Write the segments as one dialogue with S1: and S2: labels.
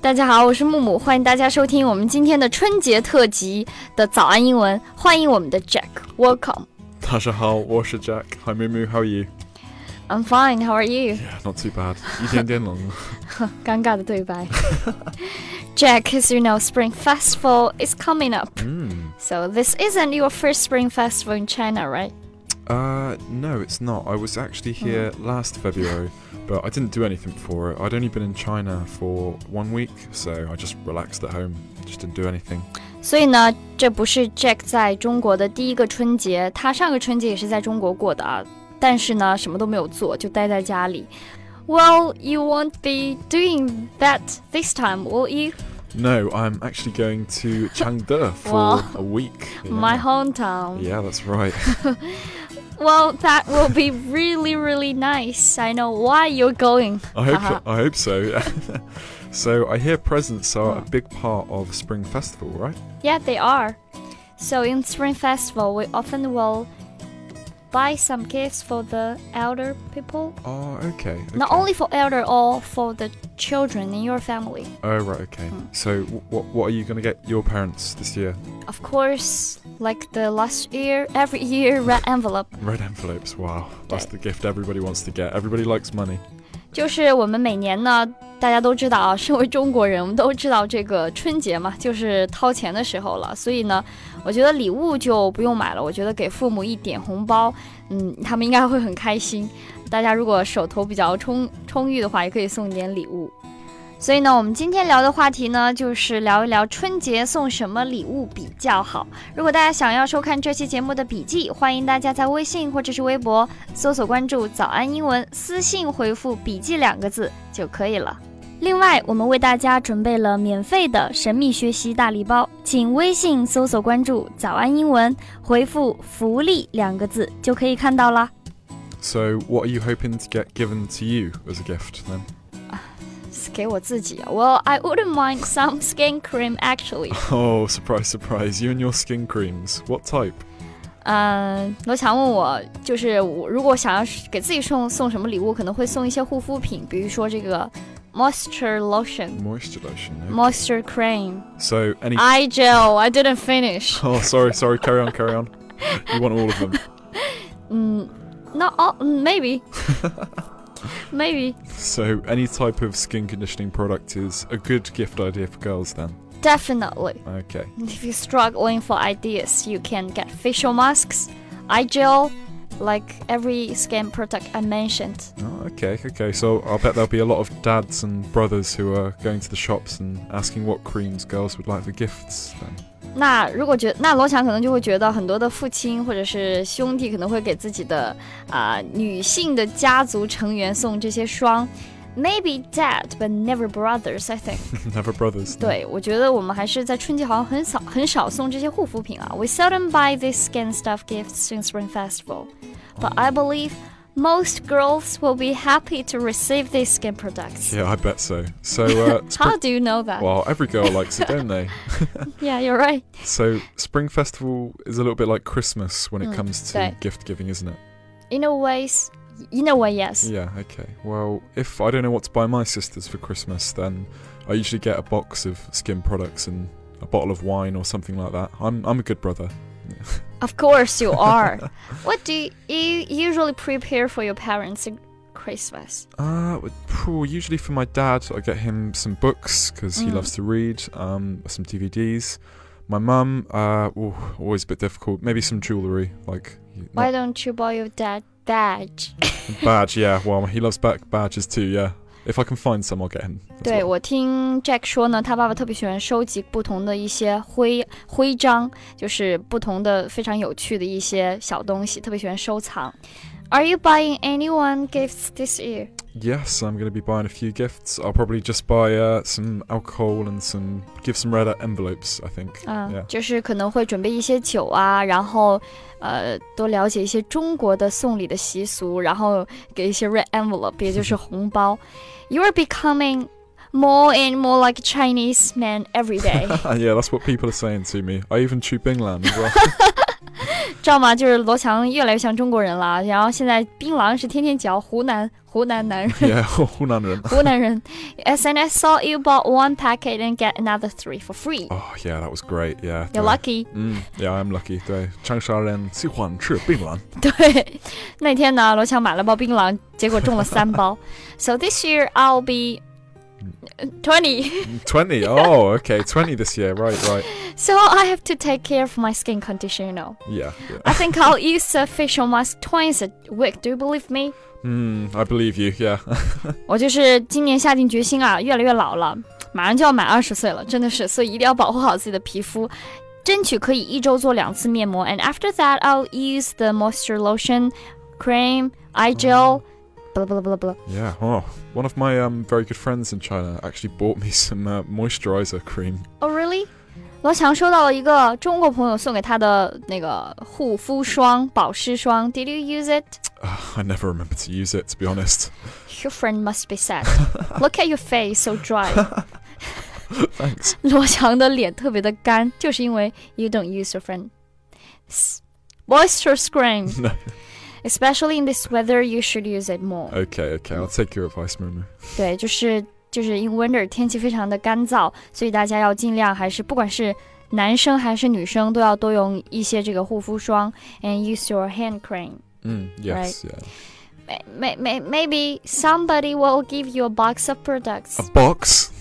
S1: 大家好，我是木木，欢迎大家收听我们今天的春节特辑的早安英文，欢迎我们的 Jack，Welcome。
S2: 大家好，我是 Jack。Hi Mumu, how are you?
S1: I'm fine, how are you？
S2: Yeah, not too bad. 一点点冷。
S1: 尴尬的对白。Jack, as you know, Spring Festival is coming up.
S2: Mm.
S1: So this isn't your first Spring Festival in China, right?
S2: Uh, no, it's not. I was actually here last February, but I didn't do anything for it. I'd only been in China for one week, so I just relaxed at home. Just didn't do anything.
S1: 所以呢，这不是 Jack 在中国的第一个春节，他上个春节也是在中国过的啊，但是呢，什么都没有做，就待在家里。Well, you won't be doing that this time, will you?
S2: No, I'm actually going to Changde for
S1: Wow.
S2: a week. Yeah.
S1: My hometown.
S2: Yeah, that's right.
S1: Well, that will be really, really nice. I know why you're going.
S2: I hope.
S1: Haha.
S2: I hope so. so I hear presents are a
S1: Hmm.
S2: big part of Spring Festival, right?
S1: Yeah, they are. So in Spring Festival, we often will buy some gifts for the elder people.
S2: Oh, okay.
S1: Not
S2: okay.
S1: only for elder, or for the children in your family.
S2: Oh right, okay. So what what are you gonna get your parents this year?
S1: Of course, like the last year, every year, red envelope.
S2: Red envelopes. Wow, that's the gift everybody wants to get. Everybody likes money.
S1: 就是我们每年呢，大家都知道啊， 身为中国人，我们都知道这个春节嘛，就是掏钱的时候了。所以呢，我觉得礼物就不用买了，我觉得给父母一点红包，嗯，他们应该会很开心。大家如果手头比较充充裕的话，也可以送点礼物。所以呢，我们今天聊的话题呢，就是聊一聊春节送什么礼物比较好。如果大家想要收看这期节目的笔记，欢迎大家在微信或者是微博搜索关注“早安英文”，私信回复“笔记”两个字就可以了。另外，我们为大家准备了免费的神秘学习大礼包，请微信搜索关注“早安英文”，回复“福利”两个字就可以看到啦。
S2: So what are you hoping to get given to you as a gift then?
S1: 是给我自己啊，Well, I wouldn't mind some skin cream actually.
S2: Oh, surprise, surprise! You and your skin creams. What type?
S1: 嗯，罗强问我，就是我如果想要是给自己送送什么礼物，可能会送一些护肤品，比如说这个 moisture lotion、
S2: Moisture lotion. eh?
S1: moisture cream、
S2: so any.
S1: eye gel. I didn't finish.
S2: oh, sorry, sorry. Carry on, carry on. You want all of them?
S1: 嗯，not Mm, all. mm, Maybe. Maybe.
S2: So any type of skin conditioning product is a good gift idea for girls then.
S1: Definitely.
S2: Okay.
S1: If you're struggling for ideas, you can get facial masks, eye gel, like every skin product I mentioned.
S2: Oh, okay, okay. So I'll bet there'll be a lot of dads and brothers who are going to the shops and asking what creams girls would like for gifts. Then.
S1: 那如果觉那罗翔可能就会觉得很多的父亲或者是兄弟可能会给自己的啊、女性的家族成员送这些霜，maybe dad but never brothers I think。
S2: Never brothers. then.
S1: 对，我觉得我们还是在春节好像很少很少送这些护肤品啊。We seldom buy these skin stuff gifts in Spring Festival, but I believe most girls will be happy to receive these skin products.
S2: Yeah, I bet so. So, uh,
S1: How
S2: spring-
S1: do you know that?
S2: well, every girl likes it, don't they?
S1: Yeah, you're right.
S2: So, Spring Festival is a little bit like Christmas when it
S1: Mm,
S2: comes to
S1: right.
S2: gift giving, isn't it?
S1: In a ways, in a way, yes.
S2: Yeah, okay. Well, if I don't know what to buy my sisters for Christmas, then I usually get a box of skin products and a bottle of wine or something like that. I'm, I'm a good brother.
S1: Of course you are. what do you, you usually prepare for your parents at Christmas?
S2: Uh, with- phew, usually for my dad, I get him some books because he
S1: Mm.
S2: loves to read. Um, some DVDs. My mum, uh, ooh, always a bit difficult. Maybe some jewellery, like you-
S1: Why
S2: not-
S1: don't you buy your dad badge?
S2: badge. Yeah, well, he loves back badges too. Yeah, if I can find some, I'll get him. as
S1: 对
S2: well.
S1: 我听 Jack 说呢，他爸爸特别喜欢收集不同的一些徽徽章，就是不同的非常有趣的一些小东西，特别喜欢收藏。Are you buying anyone gifts this year?
S2: Yes, I'm going to be buying a few gifts. I'll probably just buy uh, some alcohol and some give some red envelopes. I think.
S1: 嗯
S2: Yeah.
S1: 就是可能会准备一些酒啊，然后呃多了解一些中国的送礼的习俗，然后给一些 red envelope，也就是红包。You are becoming more and more like a Chinese man every day.
S2: yeah, that's what people are saying to me. I even chew Binglan as well.
S1: 知道吗？就是罗翔越来越像中国人了，然后现在槟榔是天天嚼，湖南湖南男人。
S2: yeah, Hunanan.
S1: Who Hunanan. SNS saw you bought one packet and get another three for free.
S2: Oh, yeah, that was great. Yeah.
S1: You're lucky.
S2: 嗯，Yeah, I'm lucky. 对，长沙人喜欢吃槟榔。
S1: 对，那天呢，罗强买了包槟榔，结果中了三包。so this year I'll be twenty.
S2: Twenty. Oh, okay, twenty this year. Right, right.
S1: So I have to take care of my skin condition. You know,
S2: Yeah. yeah.
S1: I think I'll use a facial mask twice a week. Do you believe me?
S2: 嗯，I Hmm, believe you. Yeah.
S1: 我就是今年下定决心啊，越来越老了，马上就要满二十岁了，真的是，所以一定要保护好自己的皮肤，争取可以一周做两次面膜。And after that, I'll use the moisture lotion, cream, eye gel, blah blah blah blah.
S2: Yeah. Oh, one of my um very good friends in China actually bought me some uh, moisturizer cream.
S1: Oh really? 罗翔收到了一个中国朋友送给他的那个护肤霜、保湿霜。Did you use it?
S2: Ah, I never remember to use it, to be honest.
S1: Your friend must be sad. Look at your face, so dry.
S2: Thanks.
S1: 罗翔的脸特别的干，就是因为 you don't use your friend s- moisture cream.
S2: No.
S1: Especially in this weather, you should use it more.
S2: Okay, okay. I'll take your advice, Mumu.
S1: 对，就是就是 in winter 天气非常的干燥，所以大家要尽量还是不管是男生还是女生都要多用一些这个护肤霜 and use your hand cream.
S2: Mm, yes. Yeah.
S1: May- may- may- Maybe somebody will give you a box of products.
S2: A box.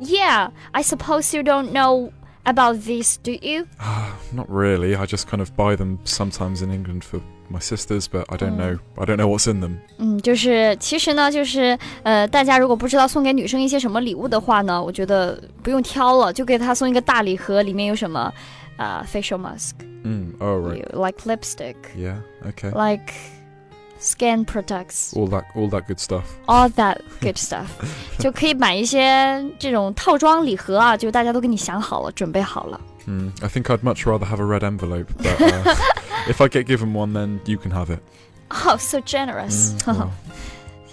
S1: Yeah, I suppose you don't know about this, do you?
S2: Ah, Not really. I just kind of buy them sometimes in England for my sisters, but I don't
S1: Mm.
S2: know. I don't know what's in them.
S1: 嗯，就是其实呢，就是呃，大家如果不知道送给女生一些什么礼物的话呢，我觉得不用挑了，就给她送一个大礼盒，里面有什么啊、f a c i a l mask，
S2: Mm. Oh, right.
S1: you- like lipstick，like、
S2: Yeah. Okay.
S1: skin products。
S2: All that, all that good stuff.
S1: All that good stuff，就可以买一些这种套装礼盒啊，就大家都给你想好了，准备好了。
S2: Mm. I think I'd much rather have a red envelope, but uh, if I get given one, then you can have it.
S1: Oh, so generous！、
S2: Mm, well,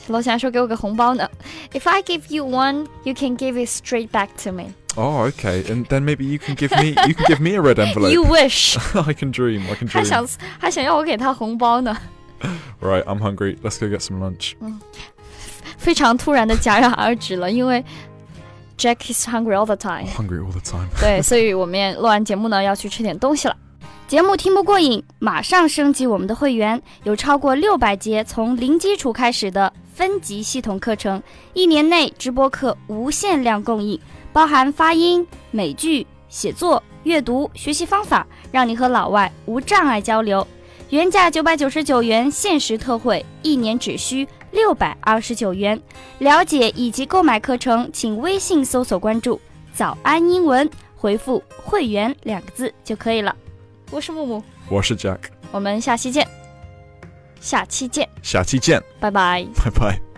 S1: 罗翔说给我个红包呢。If I give you one, you can give it straight back to me.
S2: Oh, okay. And then maybe you can give me, you can give me a red envelope.
S1: You wish.
S2: I can dream. I can
S1: 还
S2: dream.
S1: 想还想要我给他红包呢，
S2: Right. I'm hungry. Let's go get some lunch.
S1: 非常突然的戛然而止了，因为 Jack is hungry all the time
S2: I'm。hungry all the time.
S1: 对，所以我们也录完节目呢，要去吃点东西了。
S3: 节目听不过瘾，马上升级我们的会员，有超过六百节从零基础开始的分级系统课程，一年内直播课无限量供应，包含发音、美剧、写作、阅读、学习方法，让你和老外无障碍交流。原价九百九十九元，限时特惠，一年只需六百二十九元。了解以及购买课程，请微信搜索关注“早安英文”，回复“会员”两个字就可以了。
S1: 我是木木，
S2: Wash it, Jack.
S1: 我们下期见，下期见，
S2: Shatty Jen.
S1: 拜拜。
S2: Bye bye.